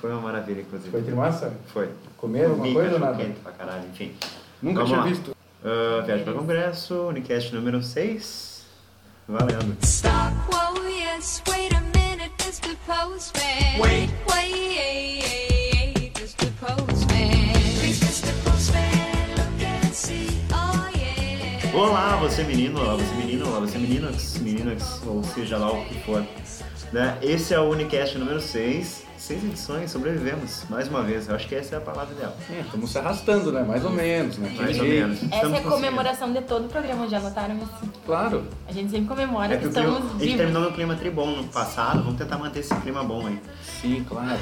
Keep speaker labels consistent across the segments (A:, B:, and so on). A: Foi uma maravilha, inclusive.
B: Foi trimassa?
A: Foi.
B: Comeram alguma
A: Comi
B: coisa ou nada?
A: cachorro-quente pra caralho, enfim.
B: Nunca
A: Vamos
B: tinha
A: lá.
B: visto.
A: Ah, viagem para Congresso, Unicast número 6. Valendo.
C: Stop, whoa, yes, wait a minute, Mr. Postman. Wait, wait, Mr. Postman. Please, Mr. Postman, look and see, oh yeah.
A: Olá, você menino, olá você menino, olá você meninox, meninox, ou seja lá o que for. Né? Esse é o Unicast número 6. Seis edições, sobrevivemos, mais uma vez. Eu acho que essa é a palavra ideal.
B: É, estamos se arrastando, né? Mais ou menos, né?
A: Mais
B: Aquele
A: ou
B: jeito.
A: menos.
D: Essa
A: Estamos
D: é a comemoração de todo o programa, já anotaram isso?
B: Claro.
D: A gente sempre
A: conseguindo.
D: comemora
A: É
D: que
A: que o clima,
D: estamos
A: a gente
D: vivos.
A: terminou no clima tribom no passado, vamos tentar manter esse clima bom aí.
B: Sim, claro.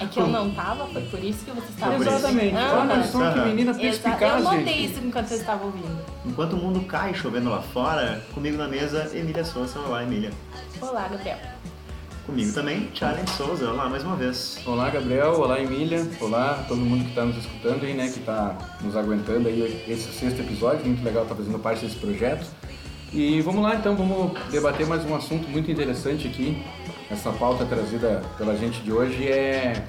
D: É que eu não tava, foi por isso que vocês estavam
A: isso.
B: Exatamente.
D: Ah,
B: Olha
D: tá.
B: só que
A: Aham.
B: menina
D: Exa- Eu
B: perspicaz,
D: notei
B: gente.
D: isso enquanto vocês estavam ouvindo.
A: Enquanto o mundo cai chovendo lá fora, comigo na mesa, Emília Souza, olá Emília.
D: Olá, Gabriel.
A: Comigo também, Charlie Souza, olá mais uma vez.
B: Olá, Gabriel. Olá, Emília. Olá, todo mundo que está nos escutando aí, né? Que está nos aguentando aí esse sexto episódio. Muito legal estar fazendo parte desse projeto. E vamos lá, então. Vamos debater mais um assunto muito interessante aqui. Essa pauta trazida pela gente de hoje é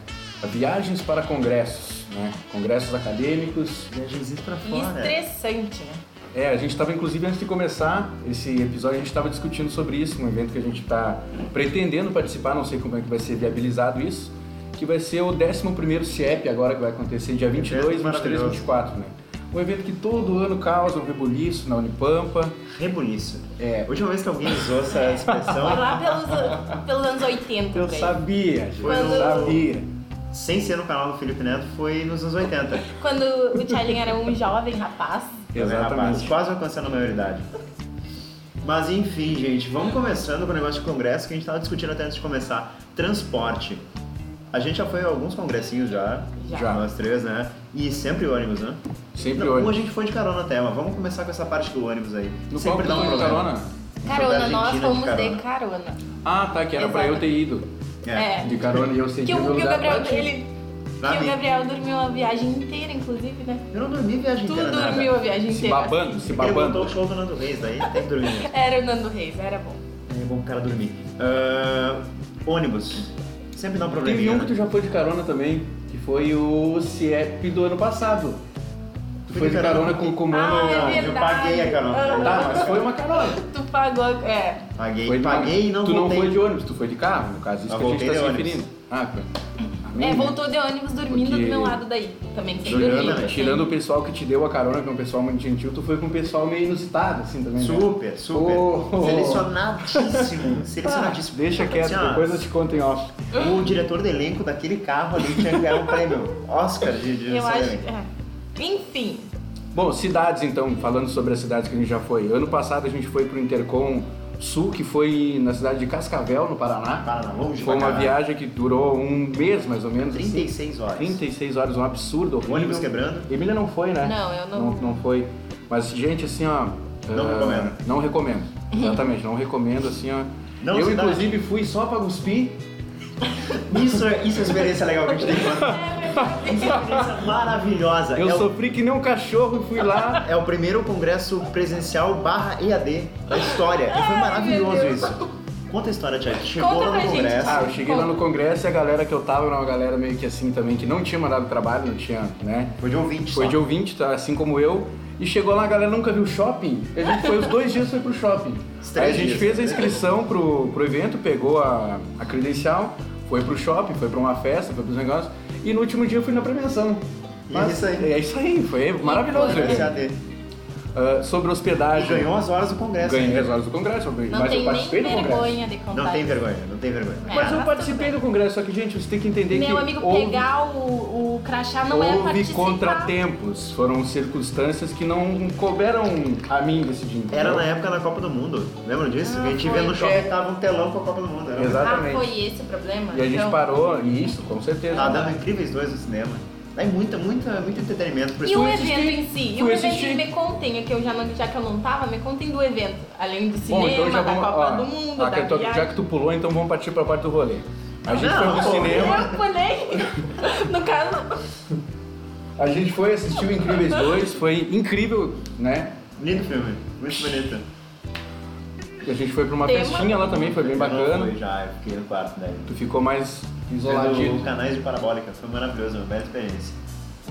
B: viagens para congressos, né? Congressos acadêmicos,
A: Viagenzinho pra
D: E
A: fora.
D: estressante, né?
B: É, a gente estava inclusive antes de começar esse episódio, a gente estava discutindo sobre isso, um evento que a gente está pretendendo participar, não sei como é que vai ser viabilizado isso, que vai ser o 11º CIEP agora que vai acontecer dia 22, 23 e
A: é maravilhoso.
B: 24, né? Um evento que todo ano causa um rebuliço na Unipampa.
A: Rebuliço.
B: É,
A: A última vez que alguém usou essa
D: Foi
A: expressão,
D: lá pelos, pelos anos 80,
B: eu
D: velho.
B: sabia, gente, eu
D: Quando-
B: sabia.
A: sem ser no canal do Felipe Neto, foi nos anos 80. né,
D: Quando o Charlie era um jovem rapaz.
A: rapaz?
B: Exatamente.
A: Quase alcançando a maioridade. Mas enfim, gente, vamos começando com o negócio de congresso que a gente tava discutindo até antes de começar. Transporte. A gente já foi a alguns congressinhos já,
B: Já.
A: nós três, né? E sempre ônibus, né?
B: Sempre
A: Não,
B: olho.
A: a gente foi de carona até, mas vamos começar com essa parte do ônibus aí.
B: No qual
A: sempre
B: que
A: dá um
B: foi
D: né?
A: problema.
B: carona?
D: Carona,
A: Foi pra
D: nós
A: Argentina é
D: fomos
A: de
D: de carona.
B: Ah, tá, que era pra eu ter ido.
D: É.
B: De carona e eu segui
D: Que o, que o
B: lugar
D: Gabriel,
B: pra ti.
D: ele,
A: Pra
D: que o
A: mim.
D: Gabriel dormiu a viagem inteira, inclusive, né?
A: Eu não dormi a viagem
D: Tu
A: inteira, nada.
D: dormiu a viagem
B: Se
D: inteira.
B: babando, se
A: Ele botou
B: babando.
A: o show do Nando Reis, daí tem que dormir. mesmo.
D: Era o Nando Reis, era bom.
A: É bom o cara dormir. Ah, ônibus. Sempre dá um
B: Teve
A: probleminha.
B: um que tu
A: né?
B: já foi de carona também, que foi o CIEP do ano passado. Tu
A: Fui
B: foi
A: de
B: de
A: carona.
B: carona com o comando.
D: Ah, é Ah.
A: eu paguei a carona.
B: Tá, mas foi uma carona.
D: Tu pagou. É.
A: Paguei,
B: Foi de-
A: paguei e não
B: Tu
A: voltei.
B: não foi de um- ônibus, tu foi de carro, no caso, isso
A: Eu
B: que a gente
A: voltei
B: tá se
A: de ônibus.
B: referindo. Ah, foi.
D: É, voltou de ônibus dormindo
B: Hum. Porque-
D: do meu lado daí. Também sem
A: Juliana,
D: dormir.
B: Tirando,
D: assim.
B: tirando o pessoal que te deu a carona, que é um pessoal muito gentil, tu foi com um pessoal meio inusitado, assim, também. né?
A: Super, super.
B: Oh.
A: Selecionadíssimo.
B: Ah,
A: Selecionadíssimo.
B: deixa quieto,
A: Assim, ó,
B: depois eu te conto em off.
A: O diretor do elenco daquele carro ali tinha que ganhar um prêmio. Oscar de
D: Eu
A: direção de
D: acho.
A: elenco.
D: é. Enfim,
B: Bom, cidades então, falando sobre as cidades que a gente já foi. Ano passado a gente foi pro Intercom Sul, que foi na cidade de Cascavel, no Paraná.
A: Paraná, longe pra
B: Foi uma
A: caralho.
B: viagem que durou um mês mais ou menos. assim.
A: 36 horas.
B: 36 horas, um absurdo. horrível.
A: Ônibus quebrando.
B: Emília não foi, né?
D: Não, eu não-
B: Não, foi. Mas, gente, assim, ó.
A: Não
B: eh,
A: recomendo.
B: Não recomendo. Exatamente, não recomendo, assim, ó.
A: Não
B: eu,
A: se dá.
B: inclusive, fui só pra cuspir.
A: Isso, é- isso é experiência legal que a gente tem.
D: É
A: mano. Experiência maravilhosa.
B: Eu
A: é, o,
B: sofri que nem um cachorro e fui lá.
A: é o primeiro congresso presencial barra EAD da história. E foi maravilhoso
D: Deus.
A: isso. Conta a história, Tiago. Chegou lá
D: Conta
A: no
D: pra gente.
A: congresso.
B: Ah, eu cheguei lá no congresso e a galera que eu tava era uma galera meio que assim também, que não tinha mandado trabalho, não tinha, né?
A: Foi de ouvinte.
B: Foi
A: só.
B: de ouvinte, tá? assim como eu. E chegou lá, a galera nunca viu shopping. A gente foi os dois dias foi pro shopping.
A: Os
B: Aí
A: três
B: a gente
A: dias. né?
B: fez a inscrição pro, pro evento, pegou a, a credencial, foi pro shopping, foi pra uma festa, foi pros negócios. E no último dia eu fui na premiação.
A: E é isso aí.
B: É isso aí, foi maravilhoso.
D: Foi.
B: né?
A: EAD.
B: Ah, sobre
A: E
B: hospedagem.
A: ganhou as horas do congresso.
B: Ganhei
A: né?
B: as horas do congresso,
D: não
B: mas eu
D: tem nem
B: participei do congresso.
D: vergonha de contar.
A: Não tem
D: isso.
A: vergonha, não tem vergonha.
D: É,
B: Mas eu
D: mas
B: participei do congresso, só que, gente, você tem que entender que.
D: Meu amigo,
B: houve-
D: pegar o, o crachá não é
B: Houve
D: participar.
B: contratempos, foram circunstâncias que não couberam a mim decidir.
A: Era
B: entendeu?
A: na época da Copa do Mundo, lembra disso?
D: Ah,
A: a gente
D: foi.
A: vê no shopping
B: É.
A: tava um telão com a Copa do Mundo. Era
B: Exato.
D: Ah,
B: Exatamente.
D: foi esse o problema?
B: E a gente
D: Então-
B: parou, e isso, com certeza. né?
A: Tá dando incríveis dois no cinema. Dá muita, muita, muito entretenimento pro
D: E o
A: estúdio.
B: assistir.
D: evento em si? E
B: Fui
D: o evento
B: assistir.
D: me contem, é que eu já, não, já que eu não tava, me contem do evento. Além do cinema,
B: Bom, então já
D: da
B: vamos.
D: Copa
B: ó,
D: do Mundo,
B: ah,
D: da
B: que tu-
D: viagem.
B: já que tu pulou, então vamos partir pra parte do rolê. A gente
A: Não,
B: foi pro
A: pô. né?
B: cinema,
D: Eu pulei, no caso.
B: a gente foi assistir o Incríveis 2, foi incrível, né?
A: Lindo filme, muito bonito.
B: A gente foi pra uma
D: Tema.
B: festinha lá também, foi bem
A: Eu não
B: bacana.
A: fui Já, eu fiquei no quarto daí.
B: Tu ficou mais
A: Vendo
B: isoladinho.
A: canais de parabólica, foi maravilhoso, uma bela experiência.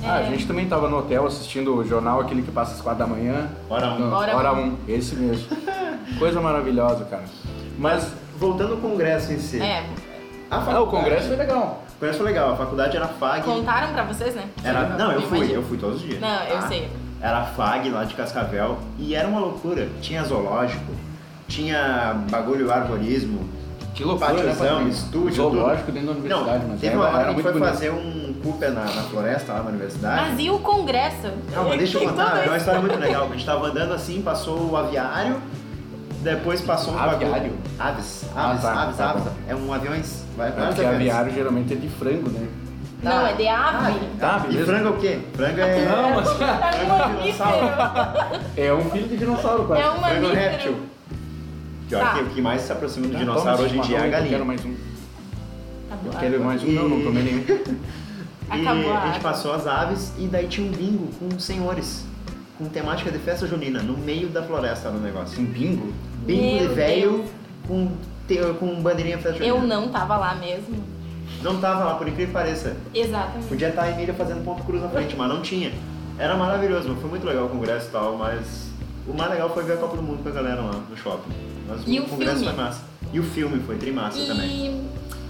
B: Ah, a gente também tava no hotel assistindo o jornal, aquele que passa às quatro da manhã.
A: Hora um.
B: Não,
D: Hora
B: hora
D: um.
B: um. Esse mesmo. Coisa maravilhosa, cara.
A: Mas, voltando ao congresso em si.
D: É,
A: A
B: Ah, o
A: faculdade-
B: congresso foi legal.
A: O congresso foi legal, a faculdade era FAG.
D: contaram pra vocês, né?
A: Era, não, eu fui,
D: Imagina.
A: eu fui todos os dias. tá?
D: Não, eu sei.
A: Era FAG lá de Cascavel e era uma loucura. Tinha zoológico, tinha bagulho arborismo,
B: Que loucura, né,
A: Patrozão,
B: Patrick?
A: estúdio,
B: Zoológico
A: tudo.
B: dentro da universidade,
A: não,
B: mas
A: teve
B: era-
A: uma
B: era
A: hora que
B: muito
A: foi
B: bonito.
A: fazer um Cooper na, na floresta lá na universidade.
D: Mas e o congresso?
B: Tá.
A: Não, mas deixa eu
D: Ah, Tem
A: contar,
D: tudo
A: é uma
D: isso.
A: história muito legal. A gente tava andando assim, passou o aviário, depois passou um bagulho-
B: Aviário?
A: Aves, aves,
B: Ah, tá,
A: aves,
B: tá,
A: aves.
B: tá.
A: É um aviões, vai
B: É
A: vários
B: porque
A: aviões.
B: aviário geralmente é de frango, né?
D: Não, é de ave.
B: Tá,
A: E
B: beleza.
A: frango é o quê? Frango é.
B: Não, mas
D: É um
A: Frango é
D: mamífero.
B: é um filho de dinossauro, quase.
D: É um
A: Frango é réptil.
D: mamífero.
A: Pior
D: Tá.
A: que o que mais se aproxima do
B: Não,
A: dinossauro
B: Então, toma
A: hoje em
B: esse
A: dia é a
B: marrom, Eu
A: galinha.
B: quero mais um.
D: Acabou a
B: Quero
D: água.
B: mais um. Não, não tomei nenhum.
A: E
D: Acabou a
A: a gente
D: água.
A: passou as aves e daí tinha um bingo com os senhores. Com temática de festa junina, no meio da floresta no negócio.
B: Um bingo?
A: Bingo
D: Meu
A: de velho com, te- com bandeirinha festa junina.
D: Eu não tava lá mesmo.
A: Não tava lá, por incrível que pareça.
D: Exatamente.
A: Podia estar a Emília fazendo ponto cruz na frente, mas não tinha. Era maravilhoso, foi muito legal o congresso e tal, mas o mais legal foi ver a Copa do Mundo com a galera lá no shopping. Mas
D: E
A: o,
D: o
A: congresso
D: filme?
A: foi massa. E o filme foi trimassa também.
D: E,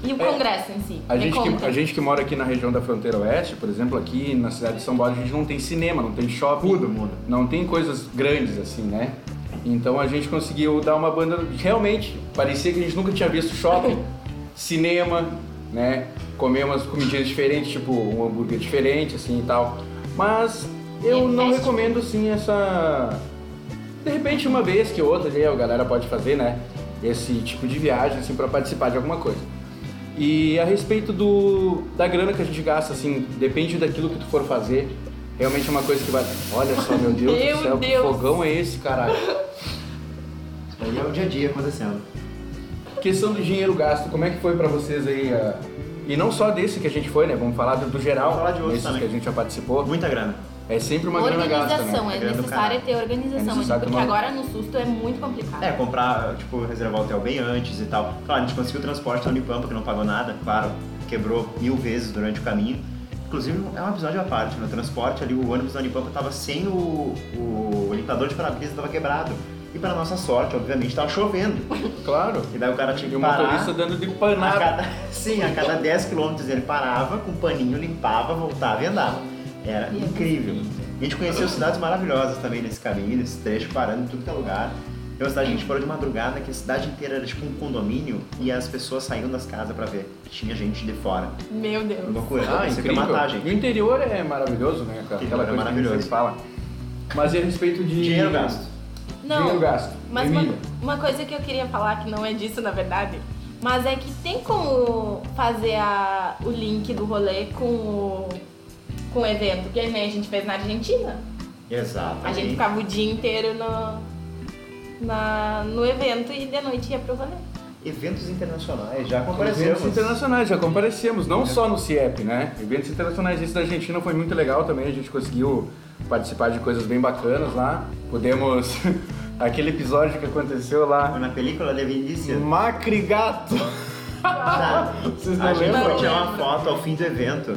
D: e o
B: É.
D: congresso em si?
B: A
D: Me
B: gente, que,
D: conta.
B: a gente que mora aqui na região da fronteira oeste, por exemplo, aqui na cidade de São Paulo, a gente não tem cinema, não tem shopping.
A: Tudo muda.
B: Não tem coisas grandes assim, né? Então a gente conseguiu dar uma banda. Realmente, parecia que a gente nunca tinha visto shopping, cinema, né? Comer umas comidinhas diferentes, tipo um hambúrguer diferente, assim e tal. Mas eu
D: E
B: não
D: fast
B: recomendo, assim, essa. De repente, uma vez que outra, ali, a galera pode fazer, né? Esse tipo de viagem, assim, pra participar de alguma coisa. E a respeito do, da grana que a gente gasta, assim, depende daquilo que tu for fazer. Realmente é uma coisa que vai. Olha só, meu Deus
D: Meu
B: do céu, que
D: Deus.
B: fogão é esse, caralho?
A: Aí é o dia a dia acontecendo.
B: Questão do dinheiro gasto, como é que foi pra vocês aí? a- E não só desse que a gente foi, né? Vamos falar do, do geral,
A: Vamos falar de outros
B: desses
A: também.
B: que a gente já participou.
A: Muita grana.
B: É sempre uma grana gasta, né?
D: Organização,
A: É
D: é
A: grana do
D: necessário
A: caralho.
D: ter
B: É
D: organização, né?
B: necessário
D: porque
B: tomar-
D: agora no susto é muito complicado.
A: É, comprar, tipo, reservar o hotel bem antes e tal. Claro, a gente conseguiu o transporte da Unipampa, que não pagou nada, claro, quebrou mil vezes durante o caminho. Inclusive, é um episódio à parte, no transporte ali, o ônibus da Unipampa tava sem o, o limpador de para-brisa, tava quebrado. E para nossa sorte, obviamente, tava chovendo.
B: Claro.
A: E daí o cara tinha
B: E
A: que
B: o
A: parar.
B: motorista dando de
A: A
B: panada.
A: cada, sim, a cada 10 quilômetros ele parava com um paninho, limpava, voltava e andava. Era
D: E é
A: incrível. A gente conheceu cidades maravilhosas também nesse caminho, nesse trecho, parando em tudo que é lugar. Tem uma cidade que a gente parou de madrugada, que a cidade inteira era tipo um condomínio e as pessoas saíam das casas pra ver. Tinha gente de fora.
D: Meu Deus.
A: Loucura,
B: Ah,
A: você quer
B: incrível.
A: matar a
B: O
A: gente.
B: interior é maravilhoso, né, cara?
A: Interior
B: Aquela
A: é
B: coisa
A: maravilhoso.
B: que vocês falam. Mas e a respeito de...
A: Dinheiro gasto.
D: Não,
B: Dinheiro gasto.
D: mas uma,
B: Emília.
D: uma coisa que eu queria falar, que não é disso na verdade, mas é que tem como fazer a, o link do rolê com o, com o evento que nem a gente fez na Argentina.
A: Exato.
D: A gente ficava o dia inteiro no, na, no evento e de noite ia pro rolê.
A: Eventos internacionais, já
B: Eventos
A: comparecemos.
B: internacionais, já comparecemos, não só no CIEP, né? Eventos internacionais, esse da Argentina foi muito legal também, a gente conseguiu participar de coisas bem bacanas lá. Pudemos. aquele episódio que aconteceu lá.
A: Na película de Vinícius.
B: Macri Gato! Vocês
A: a
B: não
A: gente
B: lembram?
A: foi tirar uma
D: lembro.
A: foto ao fim do evento.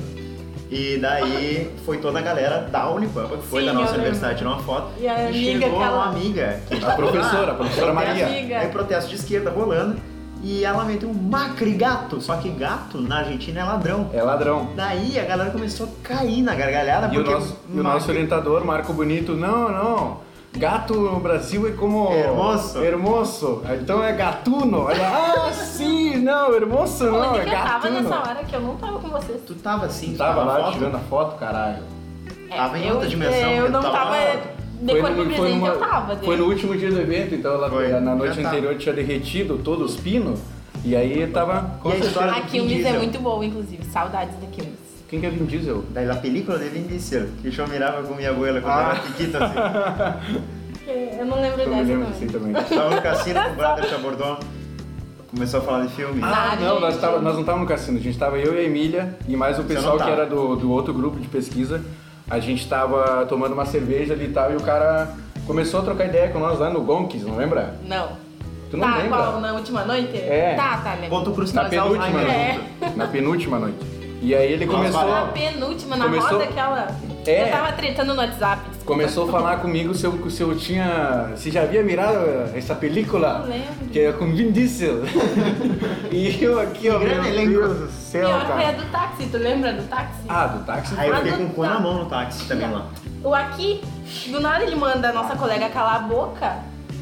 A: E daí foi toda a galera da Unipampa, que foi
D: Sim,
A: da
D: eu
A: nossa
D: lembro.
A: universidade, tirar uma foto.
D: E a amiga
A: chegou
D: aquela-
A: uma amiga. que
B: A professora, a professora
D: Minha
B: Maria.
D: amiga.
A: Aí protesto de esquerda rolando. E ela meteu um macri gato. Só que gato na Argentina é ladrão.
B: É ladrão.
A: Daí a galera começou a cair na gargalhada.
B: E o
A: porque
B: nosso, e o nosso
A: macri-
B: orientador, Marco Bonito, não, não. Gato no Brasil é como.
A: Hermoso.
B: Hermoso. Então é gatuno. Ela, ah, sim, não, hermoso não,
D: Onde
B: é
D: que eu tava
B: gatuno.
D: nessa hora que eu não tava com vocês?
A: Tu tava assim, tu
B: Tava
A: tava
B: lá
A: foto.
B: tirando a foto, caralho.
D: É,
A: Tava em
D: eu,
A: outra dimensão,
D: Eu
A: eu
D: não
A: tava
D: tava
A: lá.
D: de corpo
B: no-
D: presente,
B: numa-
D: eu tava.
B: foi no último dia do evento, então ela
A: Foi,
B: na noite
A: já tava.
B: anterior tinha derretido todos os pinos. E aí tava.
A: E a história
D: A
A: do Vin
D: Quilmes é
A: Diesel?
D: muito boa, inclusive. Saudades da Quilmes.
B: Quem que é Vin Diesel?
A: Daí a película de Vinícius, que eu mirava com minha abuela quando
B: Ah.
A: era pequita assim.
D: Eu não lembro
B: Eu me
D: dessa
B: lembro
D: também.
B: assim também.
A: Tava no cassino com o brother Chabordon. Começou a falar de filme.
B: Ah,
D: Nada,
B: não, nós,
D: gente.
B: tava- nós não estávamos no cassino, a gente estava eu e a Emília e mais o
A: Você
B: pessoal
A: não tá. tava.
B: que era do, do outro grupo de pesquisa. A gente estava tomando uma cerveja ali e tal, e o cara começou a trocar ideia com nós lá no Gonks, não lembra?
D: Não.
B: Tu não
D: tá,
B: lembra?
D: qual? Na última noite?
B: É.
D: Tá, tá, lembra.
A: Ponto cruz
B: Na penúltima noite.
D: É.
B: Na penúltima noite. E aí ele
A: Nossa,
B: começou.
D: Na penúltima, na
B: Começou-
D: roda aquela.
B: É.
D: Eu tava tretando no WhatsApp. desculpa.
B: Começou a falar comigo se eu, se eu tinha. se já havia mirado essa película.
D: Não lembro.
B: Que é com Vin Diesel. e eu aqui, ó.
A: Grande
B: Meu
A: elenco.
B: Deus do céu,
D: Pior foi a
B: cara.
D: do táxi, tu lembra do táxi?
B: Ah, do táxi.
A: Aí eu
D: Ah,
A: fiquei com o cu na
D: tá.
A: mão no táxi também lá.
D: O aqui, do nada ele manda a nossa colega calar a boca,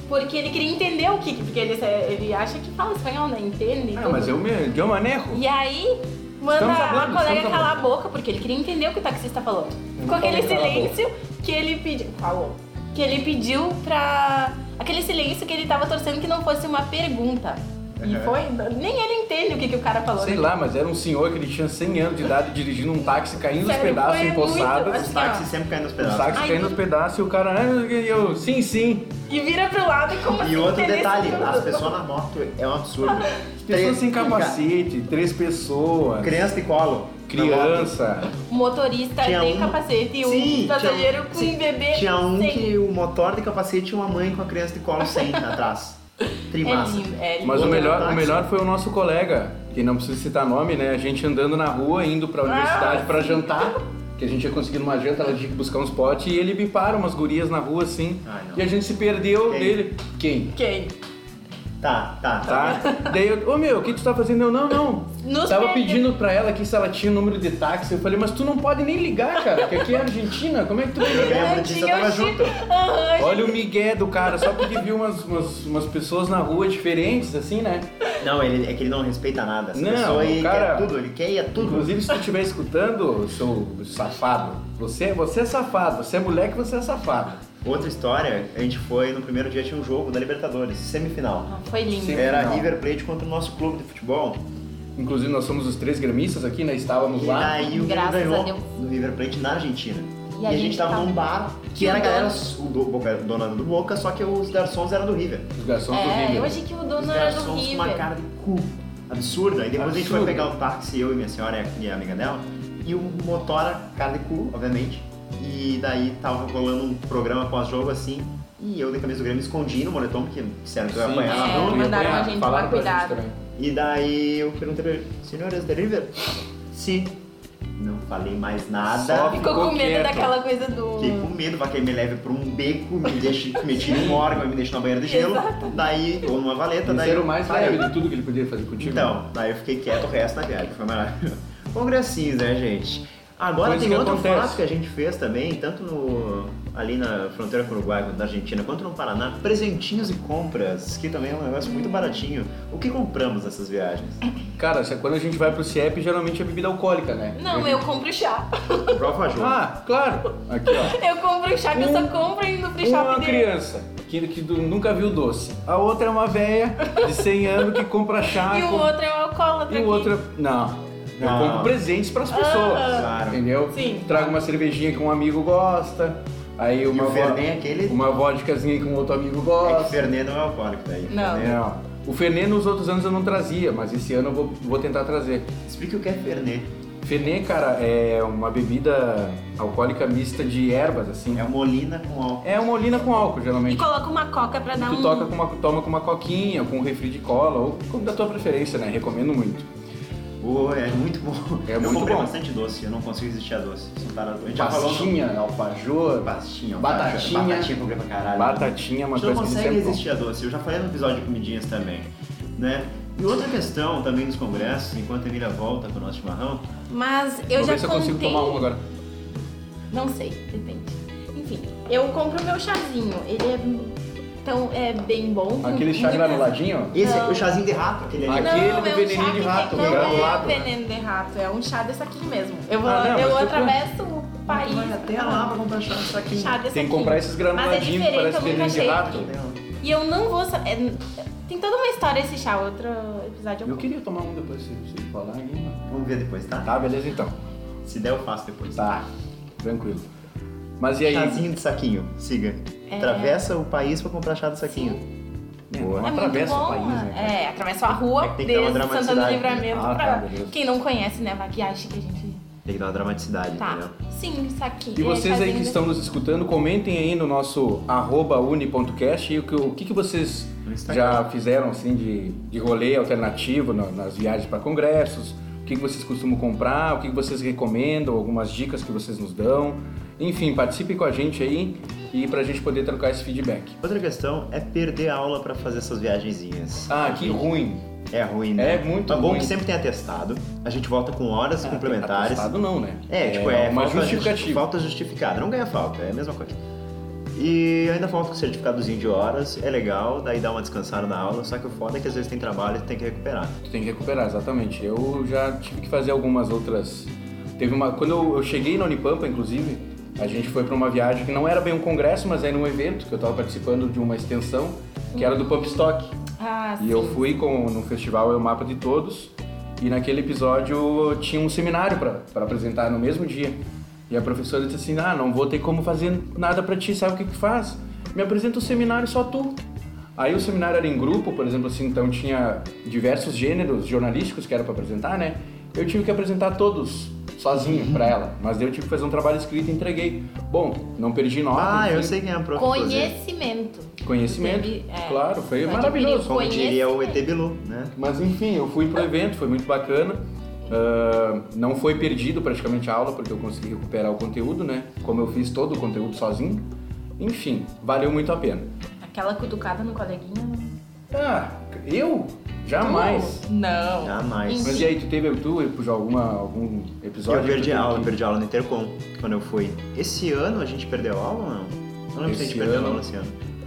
D: porque ele queria entender o que, porque ele, ele acha que fala espanhol, né? Entende?
B: Ah, mas eu me. Eu manejo.
D: E aí, manda
B: Estamos
D: a
B: hablando,
D: colega
B: estamos
D: calar a boca, porque ele queria entender o que o taxista falou. Ficou
B: falei
D: aquele
B: calar a boca.
D: silêncio que ele pediu. Falou. Que ele pediu pra. Aquele silêncio que ele tava torcendo que não fosse uma pergunta. E
A: É.
D: foi. Nem ele entende o que, que o cara falou.
B: Sei
D: né?
B: lá, mas era um senhor que ele tinha 100 anos de idade dirigindo um táxi, caindo os
D: Sério,
B: pedaços,
D: foi
B: em poçadas.
D: muito- assim.
A: Os táxis sempre caem nos
B: O
A: pedaços.
B: táxi
D: Ai,
B: caindo
D: não.
B: os pedaços e o cara. "Ah", E eu, sim, sim.
D: E vira pro lado e como assim
A: E outro
D: entender
A: detalhe,
D: isso tudo?
A: as pessoas na moto é um absurdo.
B: As Pessoas
A: um
B: sem capacete, três pessoas,
A: Criança de colo.
B: criança.
D: O motorista
A: Tinha
D: tem
A: um-
D: capacete e um
A: Sim,
D: passageiro
A: tinha-
D: com
A: sim,
D: um bebê.
A: Tinha um
D: sem.
A: que o motor de capacete tinha uma mãe com a criança de colo sem atrás.
D: É
A: Trimassa.
D: lindo, é lindo.
B: Mas o
A: Outro
B: melhor,
A: táxi.
B: o melhor foi o nosso colega, que não precisa citar nome, né? A gente andando na rua, indo
D: Ah,
B: pra universidade pra jantar, que a gente tinha conseguido uma janta, ela tinha que buscar uns potes, e ele bipara umas gurias na rua assim.
A: Ai, não.
B: e a gente se perdeu
A: Quem?
B: dele. Quem?
D: Quem?
A: Tá, tá, tá.
B: Tá? Daí eu, ô meu, o que tu tá fazendo? Eu, não, não.
D: Nos
B: Tava
D: perde-
B: pedindo pra ela aqui se ela tinha o número de táxi. Eu falei, mas tu não pode nem ligar, cara, que aqui é Argentina, como é que tu vai ligar?
A: Eu lembro disso, eu
D: Tinha
A: tava
D: o Chico.
A: junto.
D: Aham,
B: Olha o migué do cara, só porque viu umas, umas, umas pessoas na rua diferentes, assim, né?
A: Não, ele, é que ele não respeita nada. Essa
B: Não,
A: pessoa aí
B: cara-
A: quer tudo, ele quer ir a tudo.
B: Inclusive, se tu estiver escutando, seu safado, você, você é safado, você é moleque, você é safado.
A: Outra história, a gente foi no primeiro dia tinha um jogo da Libertadores, semifinal.
D: Foi lindo.
B: Sim.
A: Era
B: Semifinal.
A: River Plate contra o nosso clube de futebol.
B: Inclusive, nós somos os três gremistas aqui, né? Estávamos
A: E
B: lá.
A: daí o River
D: Graças a
A: ganhou
D: Deus.
A: do River Plate na Argentina.
D: E
A: E,
D: a
A: a, gente,
D: gente tá
A: tava
D: tava-
A: num bar que
D: Tinha
A: era a
D: um
A: galera
D: dono.
A: o do, Boca- dona do Boca, só que os garçons eram do River.
B: Os garçons do
D: É,
B: River.
D: eu achei que o
A: os
D: dono era
A: garçons
D: do
A: com uma
D: River.
A: cara de cu absurda. E depois a gente foi
B: Absurdo.
A: pegar o táxi, eu e minha senhora e a- e a amiga dela, e o motora, cara de cu, obviamente. E daí tava rolando um programa pós-jogo assim, e eu de camisa do Grêmio escondi no moletom, porque disseram que eu ia
B: Sim,
A: apanhar na
D: É,
A: rua.
B: eu ia
D: mandaram
B: apanhar,
D: a gente
B: falaram
D: tomar
B: pra gente
D: cuidado.
B: também.
A: E daí eu perguntei pra ele, senhoras da River? Sim. Não falei mais nada.
B: Só
D: Ficou com
B: Ficou
D: medo
B: quieto.
D: daquela coisa do.
A: Fiquei com medo, vai que ele me leve pra um beco, me deixe, me tire um órgão, me deixe na banheira de gelo, daí, ou numa valeta,
B: Eles
A: daí.
B: eram mais
A: parei.
B: leve de tudo que ele podia fazer contigo.
A: Então, daí eu fiquei quieto o resto da viagem, foi maravilhoso. Congressinhos, né, gente? Agora
B: Coisa
A: tem
B: que
A: outro
B: acontece.
A: fato que a gente fez também, tanto no- ali na fronteira com o Uruguai, quanto na Argentina, quanto no Paraná, presentinhos e compras, que também é um negócio muito baratinho. O que compramos nessas viagens?
B: Cara, se- é quando a gente vai pro CIEP, geralmente é bebida alcoólica, né?
D: Não, eu compro chá.
A: Prova junto.
B: Ah, claro. Aqui, ó.
D: Eu compro chá que eu só compro indo no free shop
B: Um- Uma
D: dele.
B: criança que, que do- nunca viu doce. A outra é uma véia de 100 anos que compra chá.
D: E o
B: compra-
D: outro é o alcoólatra.
B: E o
D: aqui. Ah.
B: outro é- Não. Eu
A: Não.
B: compro presentes pras pessoas.
A: Ah. Claro.
B: Entendeu?
D: Sim.
B: Trago uma cervejinha que um amigo gosta. Aí
A: E
B: uma,
A: o
B: vo-
A: Fernet é aquele.
B: uma vodkazinha que um outro amigo
A: É que é. o
B: gosta.
A: Fernet não é alcoólico daí.
D: Não.
A: Fernet-
B: Não. O Fernê nos outros anos eu não trazia, mas esse ano eu vou, vou tentar trazer.
A: Explica o que é Fernet.
B: Fernê, cara, é uma bebida alcoólica mista de ervas, assim.
A: É molina com álcool.
B: É uma olina com álcool, geralmente.
D: E coloca uma coca pra dar
B: é Tu
D: um.
B: toca com uma, toma com uma coquinha, com um refri de cola, ou como da tua preferência, né? Recomendo muito.
A: Pô, é muito bom.
B: É
A: eu
B: muito
A: comprei
B: bom.
A: bastante doce, eu não consigo resistir a doce. Sou tarado. A gente já falou. no-
B: Pastinha, alfajor,
A: Pastinha,
B: Batatinha.
A: Batatinha, comprei pra caralho.
B: batatinha,
A: A
B: uma
A: gente não
B: coisa que
A: consegue
B: sempre é
A: resistir a doce. Eu já falei no episódio de comidinhas também, né? E outra questão também dos congressos, enquanto a Emília volta com o nosso chimarrão,
D: Mas eu
B: Vou
D: já
B: ver se eu
D: contei.
B: consigo tomar um agora.
D: Não sei, depende. Enfim, eu compro meu chazinho. Ele é. Então é bem bom.
B: Aquele chá
D: De-
B: granuladinho,
A: esse
D: Não.
A: é o chazinho de rato, aquele ali.
B: Aqui.
D: Não,
B: Aquele
D: é um
B: do
D: chá
B: veneninho
D: que
B: de
D: tem-
B: rato,
D: Não é
B: granulado, né?
D: veneno de rato, é um chá desse aqui mesmo. Eu, vou,
B: Ah, não,
D: eu
B: mas tu
D: atravesso o país.
A: Vai até
D: pra
A: lá
D: tomar
A: pra comprar chá isso aqui.
D: Chá desse
B: tem que
D: aqui.
B: comprar esses
D: Mas é
B: granuladinhos que
D: diferente, eu
B: parece
D: nunca
B: veneno de
D: achei
B: rato.
D: E eu não vou saber. Tem toda uma história esse chá, outro episódio eu
B: Eu queria tomar um depois, se se falar. hein?
A: Vamos ver depois, tá?
B: Tá, beleza então.
A: Se der, eu faço depois.
B: Tá, tranquilo. Mas e aí?
A: Chazinho de saquinho, siga.
D: É.
A: Atravessa o país pra comprar chá de saquinho.
B: É,
A: Boa.
B: não
D: É muito
B: atravessa
D: bom,
B: o país, né?
D: é, atravessa a rua
A: É que tem que ter uma
D: desde Santana do
A: dramaticidade.
D: Livramento
B: Ah,
D: pra
B: tá, beleza.
D: quem não conhece, né, a maquiagem que a gente
A: Tem que dar uma dramaticidade,
D: tá.
A: entendeu?
D: Sim, isso aqui.
B: E
D: é
B: vocês aí
D: fazendo-
B: que estão nos escutando, comentem aí no nosso arroba uni.cast e o que, o que que vocês
A: no Instagram.
B: já fizeram assim de, de rolê alternativo na- nas viagens para congressos? O que que vocês costumam comprar? O que que vocês recomendam? Algumas dicas que vocês nos dão? Enfim, participe com a gente aí e para a gente poder trocar esse feedback.
A: Outra questão é perder aula pra fazer essas viagenzinhas.
B: Ah, que ruim!
A: É ruim, né?
B: É muito
A: Mas bom
B: ruim. Ah,
A: que sempre tem atestado. A gente volta com horas complementares.
B: Atestado não, né?
A: É, tipo, é
B: uma
A: falta justi-
B: justificativa.
A: Falta justificada, não ganha falta, é a mesma coisa. E ainda falta com o certificadozinho de horas, é legal, daí dá uma descansada na aula, só que o foda é que às vezes tem trabalho e tem que recuperar.
B: Tu tem que recuperar, exatamente. Eu já tive que fazer algumas outras. Teve uma. Quando eu, eu cheguei na Unipampa, inclusive, a gente foi para uma viagem que não era bem um congresso, mas era um evento que eu estava participando de uma extensão, que era do Pump Stock.
D: Ah, sim.
B: E eu fui com, no festival É o Mapa de Todos, e naquele episódio tinha um seminário para apresentar no mesmo dia. E a professora disse assim: Ah, não vou ter como fazer nada para ti, sabe o que que faz? Me apresenta o seminário só tu. Aí o seminário era em grupo, por exemplo, assim, então tinha diversos gêneros jornalísticos que era para apresentar, né? Eu tive que apresentar todos sozinho para ela, mas daí eu tive que fazer um trabalho escrito e entreguei. Bom, não perdi nota.
A: Ah, eu
B: enfim,
A: sei quem é a prof. inclusive.
D: Conhecimento.
B: Conhecimento,
D: Teve, é,
B: claro, foi
D: adquiriu.
B: maravilhoso.
A: Como diria o ET
D: Conhecimento.
A: Bilu, né?
B: Mas enfim, eu fui pro evento, foi muito bacana. Ah, não foi perdido praticamente a aula, porque eu consegui recuperar o conteúdo, né? Como eu fiz todo o conteúdo sozinho. Enfim, valeu muito a pena.
D: Aquela cutucada no coleguinha. não-
B: Ah, eu? Jamais.
D: Não.
A: Jamais.
B: Mas e aí, tu teve tu, tu já alguma, algum episódio?
A: Eu
B: que tu
A: perdi
B: teve
A: aula, eu
B: que-
A: perdi aula no Intercom, quando eu fui. Esse ano a gente perdeu aula ou não? Eu não lembro se a gente
B: Esse
A: perdeu
B: ano?
A: aula esse ano.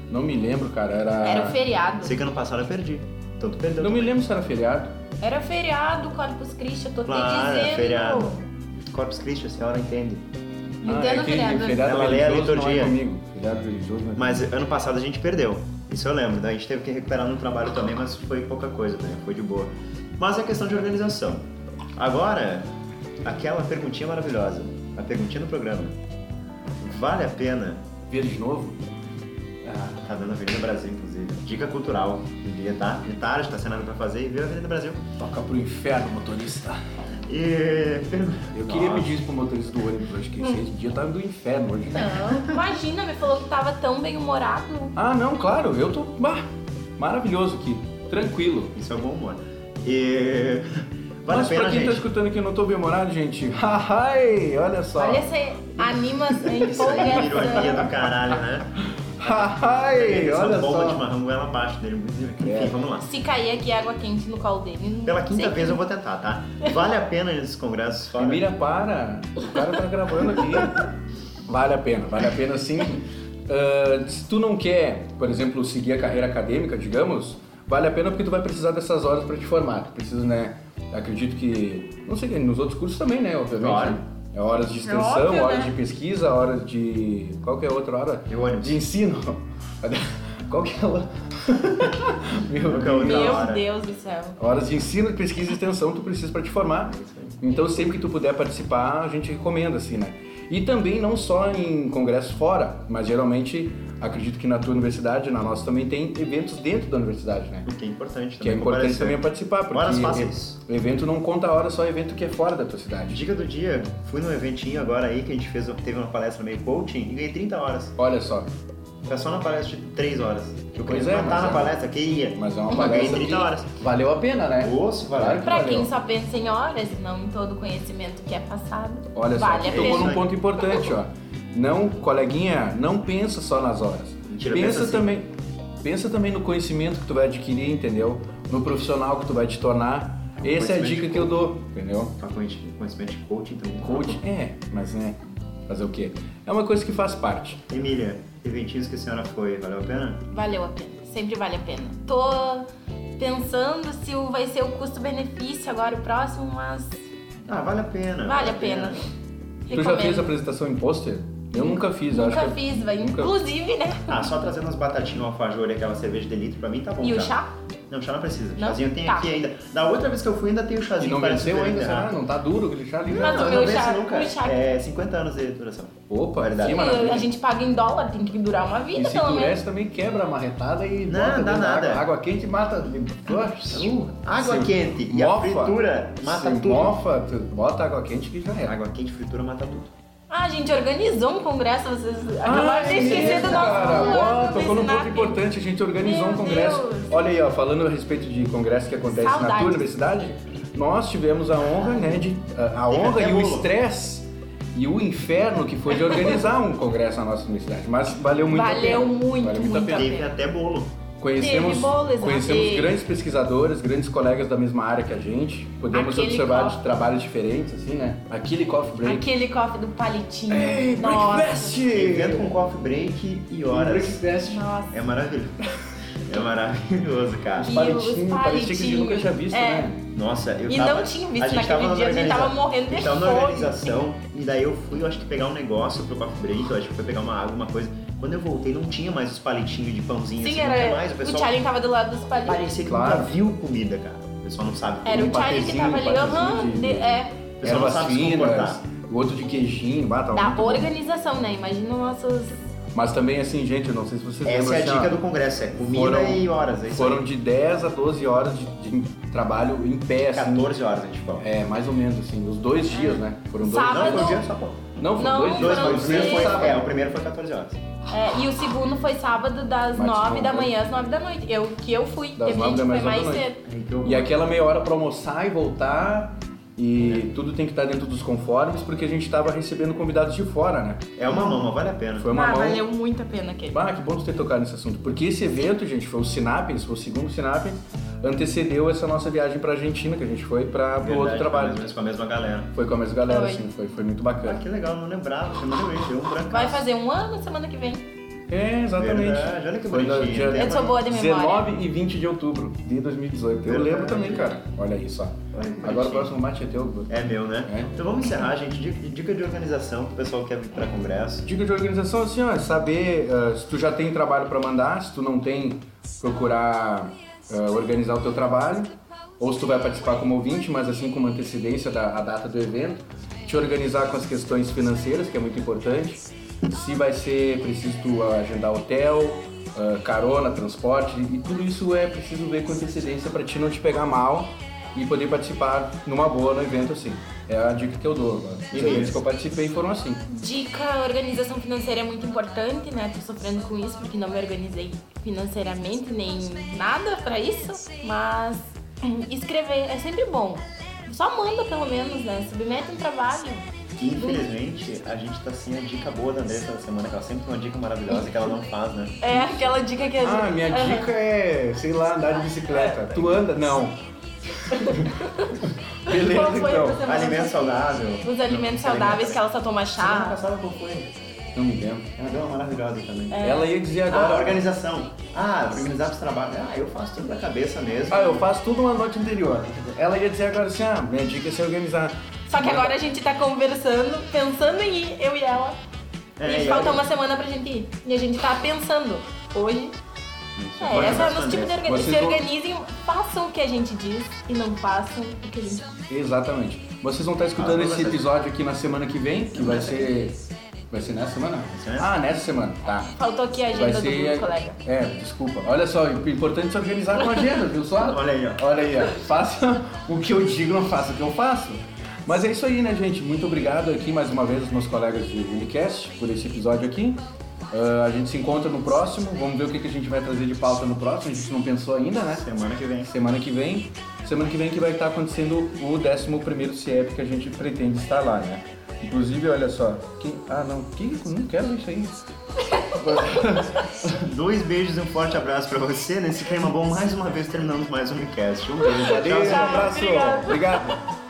B: Não me lembro, cara. Era.
D: Era feriado.
A: Sei que ano passado eu perdi. Então tu perdeu.
B: Não me lembro se era feriado.
D: Era feriado, Corpus Christi, eu tô
A: Claro,
D: te dizendo.
A: feriado. Corpus Christi, a senhora entende.
D: Entendo
B: é que
D: feriado.
A: Ela lê a
B: religioso não é
A: liturgia.
B: comigo. Feriado religioso não é
A: Mas ano passado a gente perdeu. Isso eu lembro. né? A gente teve que recuperar no trabalho também, mas foi pouca coisa, né? Foi de boa. Mas é questão de organização. Agora, aquela perguntinha maravilhosa. A perguntinha do programa. Vale a pena?
B: Ver de novo? Ah,
A: Tá dando a Avenida Brasil, inclusive. Dica cultural. Dia tá? De tarde, tá sem nada pra fazer e vê a Avenida Brasil.
B: Toca pro inferno, motorista.
A: E.
B: Eu queria
A: Nossa.
B: pedir isso pro motorista do ônibus hoje, que esse dia tá do inferno hoje.
D: Hum. Não, imagina, me falou que tava tão bem humorado.
B: Ah, não, claro, eu tô bah, maravilhoso aqui, tranquilo.
A: Isso é bom humor. E. Vale
B: Mas
A: a pena,
B: pra quem
A: gente.
B: tá escutando aqui, eu não tô bem-humorado, gente. Haha, olha só.
D: Olha essa animação,
A: Isso aí, é ironia
D: empolgação.
A: do caralho, né?
B: Haha,
A: Essa
B: olha
A: bomba de
B: só.
A: marrom ela abaixo dele. Enfim,
B: É.
A: vamos lá.
D: Se cair aqui água quente no colo dele. não
A: Pela quinta
D: sei
A: vez eu vou tentar, tá? Vale a pena nesses congressos fora?
B: Mira, para. O cara tá gravando aqui. Vale a pena, vale a pena sim. Ah, se tu não quer, por exemplo, seguir a carreira acadêmica, digamos, vale a pena porque tu vai precisar dessas horas para te formar. Tu precisa, né? Acredito que. Não sei, nos outros cursos também, né? Obviamente.
A: Claro.
B: É horas de extensão,
D: óbvio,
B: horas
D: né?
B: de pesquisa, horas de. Qual que é a outra hora?
A: E o ônibus?
B: De ensino. Qual que é a outra? Meu
A: Qual que é a outra?
D: Meu
A: Da hora.
D: Deus do céu.
B: Horas de ensino, pesquisa e extensão tu precisa para te
A: É
B: formar. Então sempre que tu puder participar, a gente recomenda assim, né? E também não só em congressos fora, mas geralmente acredito que na tua universidade, na nossa também tem eventos dentro da universidade, né?
A: O que é importante
B: Que
A: também.
B: é importante
A: comparecer.
B: também participar,
A: Horas
B: porque
A: fáceis.
B: o evento não conta a hora, só evento que é fora da tua cidade.
A: Dica do dia, fui num eventinho agora aí que a gente fez, teve uma palestra meio coaching e ganhei 30 horas.
B: Olha só,
A: Fica só na palestra de 3 horas. Que eu queria
B: Pois é,
A: matar
B: mas
A: na
B: é.
A: palestra, que ia.
B: mas é uma
A: Eu ganhei
B: palestra
A: 30
B: que
A: horas.
B: valeu a pena, né?
A: Osso,
B: Claro
A: valeu.
B: que
D: Pra
B: valeu.
D: quem só pensa em horas e não em todo o conhecimento que é passado,
B: Olha só,
D: vale
B: tu
D: a
B: tocou
D: pena.
B: num ponto importante, ó. Não, coleguinha, não pensa só nas horas.
A: Mentira,
B: pensa
A: pensa assim.
B: também, pensa também no conhecimento que tu vai adquirir, entendeu? No profissional que tu vai te tornar.
A: É um
B: Essa é a
A: conhecimento
B: dica que eu dou, entendeu?
A: Tá com conhecimento conhecimento de coaching então, também.
B: Coach, é, mas né, fazer o quê? É uma coisa que faz parte.
A: Emília, eventinhos que a senhora foi, valeu a pena?
D: Valeu a pena, sempre vale a pena. Tô pensando se o- vai ser o custo-benefício agora o próximo, mas
A: Ah, vale a pena.
D: vale a pena.
B: Tu já
D: Recomendo.
B: fez apresentação em pôster? Eu nunca fiz, eu
D: Nunca
B: acho que-
D: fiz, vai.
B: nunca-
D: Inclusive, né?
A: Ah, só trazendo umas batatinhas, um alfajor e aquela cerveja de litro pra mim tá bom.
D: E o
A: já.
D: chá?
A: Não, chá não precisa.
D: Não?
A: Chazinho tem
D: Tá.
A: aqui ainda. Da outra vez que eu fui ainda tem o
B: E
A: chazinho.
B: não
A: que parece
B: venceu
A: um
B: ainda,
A: desenho
B: será?
A: errado.
B: Não tá duro aquele chá ali?
D: Mas
A: Não,
D: o
A: não
D: meu
A: vence
D: chá-
A: nunca.
D: o chá-
A: É 50 anos de duração.
B: Opa,
A: É Verdade.
B: que
A: Que
B: maravilha.
D: A gente paga em dólar, tem que durar uma vida,
B: E se é?
D: pelo menos.
B: endurece também quebra a marretada e
A: Não,
B: bota
A: dá
B: dentro da
A: nada.
B: Água, água quente mata. Poxa, uh,
A: Água
B: se
A: quente e a fritura mata
B: se
A: tudo.
B: mofa, tu bota água quente que já era.
A: Água quente, fritura, mata tudo.
D: Ah, Ah, a gente organizou um congresso, vocês
B: Ah,
D: acabaram de esquecer do nosso
B: cara, ó,
D: do
B: tocou num ponto
D: Snap.
B: importante, a gente organizou
D: Meu
B: um congresso.
D: Deus.
B: Olha aí, ó, falando a respeito de congresso que acontece na
D: Saudades.
B: tua universidade, nós tivemos a honra, né, de, a, a
A: Teve
B: honra
A: até
B: e o
A: bolo.
B: estresse e o inferno que foi de organizar um congresso na nossa universidade, mas valeu muito a pena.
D: Valeu muito,
B: valeu
D: muito
B: a pena.
D: a
A: Teve
D: pena.
A: até bolo.
B: Conhecemos,
D: Teve bolo, exato.
B: conhecemos
D: Teve.
B: grandes pesquisadores, grandes colegas da mesma área que a gente. Podemos
D: Aquele
B: observar
D: coffee.
B: trabalhos diferentes, assim, né? Aquele coffee break.
D: Aquele cofre do palitinho.
B: Ei,
D: Nossa.
B: breakfast!
A: Evento com coffee break e horas.
B: Breakfast.
D: Nossa.
A: É maravilhoso. É maravilhoso, cara.
D: E
B: Palitinho,
D: os
B: palitinho que a gente nunca tinha visto,
D: É.
B: né?
A: Nossa, eu
D: E
A: tava...
D: não tinha visto
A: a gente
D: naquele
A: tava
D: dia, a gente tava morrendo de
A: Tava Então, na
D: fome.
A: organização, e daí eu fui, eu acho que pegar um negócio pro coffee break, eu acho que foi pegar uma água, uma coisa. Quando eu voltei, não tinha mais os palitinhos de pãozinho,
D: Sim,
A: assim, não tinha
D: era.
A: mais. O
D: o
A: pessoal
D: Charlie tava do lado dos palitinhos.
A: parecia que
B: Claro.
A: nunca viu comida, cara. O pessoal não sabe.
D: Era
B: um
D: o Charlie que
B: patezinho,
D: tava ali,
B: um
D: aham.
B: patezinho
D: de-
B: de-
D: É.
A: O pessoal não
B: Ervas
A: sabe se comportar.
B: finas, o outro de queijinho, bah, tava muito
D: Da
B: bom.
D: organização, né? Imagina nossos.
B: Mas também, assim, gente, eu não sei se vocês
A: Essa
B: lembram,
A: é a
B: assim,
A: dica
B: ó,
A: do congresso, é comida
B: foram-
A: e horas. É isso
B: foram
A: aí.
B: de 10 a 12 horas de, de trabalho em pé, assim.
A: 14 horas a gente falou.
B: É, mais ou menos, assim, os dois dias, né? Foram dois
D: Sábado.
A: Não, foi um dia só, pô.
B: Não, foram
D: Não,
B: dois dias.
A: Dois,
D: Foram
A: mas o primeiro
D: seis.
A: foi, é, o primeiro foi 14 horas.
D: é, e o segundo foi sábado das
B: Mas
D: nove
B: não,
D: da
B: né?
D: manhã às nove da noite. Eu, que eu fui.
B: Das
D: Teve
B: nove
D: gente
B: da manhã
D: que foi
B: às
D: mais
B: nove da noite.
D: cedo.
A: Então,
B: E aquela meia hora pra almoçar e voltar. E tudo tem que estar dentro dos conformes, porque a gente tava recebendo convidados de fora, né?
A: É uma mama, vale a pena.
B: Foi uma
D: Ah,
B: mão.
D: valeu muito a pena aquele.
B: Ah, que bom você ter tocado nesse assunto. Porque esse evento, gente, foi o Sinapens, foi o segundo Sinapens, antecedeu essa nossa viagem pra Argentina, que a gente foi pra, pro
A: Verdade,
B: outro trabalho.
A: mais ou menos com a mesma galera.
B: Foi com a mesma galera,
D: Foi.
B: assim, foi, foi muito
A: Ah,
B: bacana.
A: que legal, não lembrava, que não lembrei, deu um branco.
D: Vai fazer um ano semana que vem.
B: É, exatamente.
A: Verdade, olha que
B: Foi no
A: bonitinho,
B: dia
A: né?
D: Eu sou boa de memória.
B: 19 e 20 de outubro de 2018. Eu
A: Verdade.
B: lembro também, cara. Olha aí só.
A: Olha que
B: Agora
A: bonitinho.
B: o próximo mate é teu. Guto.
A: É meu, né?
B: É.
A: Então vamos encerrar, gente. Dica, dica de organização que o pessoal quer vir pra congresso.
B: Dica de organização assim, ó, é saber ah, se tu já tem trabalho pra mandar, se tu não tem, procurar ah, organizar o teu trabalho, ou se tu vai participar como ouvinte, mas assim com uma antecedência da a data do evento, te organizar com as questões financeiras, que é muito importante, se vai ser preciso tu ah, agendar hotel, ah, carona, transporte, e tudo isso é preciso ver com antecedência pra ti não te pegar mal e poder participar numa boa no evento assim. É a dica que eu dou agora. Os eventos que eu participei foram assim.
D: Dica, organização financeira é muito importante, né? Tô sofrendo com isso porque não me organizei financeiramente nem nada pra isso, mas hum, escrever é sempre bom. Só manda pelo menos, né? Submete um trabalho.
A: Que infelizmente a gente tá sem a dica boa da Andressa da semana, que ela sempre tem uma dica maravilhosa que ela não faz, né?
D: É aquela dica que a gente.
B: Ah, minha
D: Aham.
B: dica é, sei lá, andar de bicicleta. Tu anda? Não. Beleza,
D: Qual foi a
B: então.
D: outra?
A: Alimento saudável.
D: É, Os alimentos saudáveis que ela tá. só toma
A: Semana
D: chá.
A: passada qual foi?
B: Não me lembro.
A: Ela deu uma maravilhosa
D: É.
A: também.
B: Ela ia dizer
D: Ah.
A: Agora,
B: agora.
A: organização. Ah, organizar os trabalhos. Ah, eu faço tudo da cabeça mesmo.
B: Ah, eu faço tudo uma noite anterior. Ela ia dizer agora assim, ah, minha dica é se organizar.
D: Só que agora a gente tá conversando, pensando em ir, eu e ela.
A: É,
D: e
A: e
D: falta
A: aí?
D: uma semana pra gente ir. E a gente tá pensando. Hoje
A: Isso,
D: É,
A: pode
D: essa é o
A: fazer.
D: nosso tipo de organização.
B: Vocês
D: Se
B: vão-
D: organizem, façam o que a gente diz e não façam o que a gente
B: Exatamente. Vocês vão estar escutando
A: Ah,
B: esse
A: conversa.
B: episódio aqui na semana que vem, que vai ser. Vai ser nessa semana?
A: ser nessa.
B: Ah, nessa semana, tá.
D: Faltou aqui a
B: Vai
D: agenda do
B: ser.
D: grupo, colega.
B: É, desculpa. Olha só, o importante é se organizar com a agenda, viu só?
A: Olha aí, ó.
B: Olha aí, ó. Faça o que eu digo, não faça o que eu faço. Mas é isso aí, né, gente? Muito obrigado aqui mais uma vez aos meus colegas de Unicast por esse episódio aqui. Ah, a gente se encontra no próximo. Vamos ver o que, que a gente vai trazer de pauta no próximo. A gente não pensou ainda, né?
A: Semana que vem.
B: Semana que vem. Semana que vem que vai estar acontecendo o 11 CIEP que a gente pretende estar lá, né? Inclusive, olha só. quem- Ah, não. Que... Não quero isso aí.
A: Dois beijos e um forte abraço pra você nesse clima bom. Mais uma vez terminamos mais um podcast. Um beijo.
B: Valeu,
A: Tchau,
B: um
A: tchau.
B: abraço.
D: Obrigada.
B: Obrigado.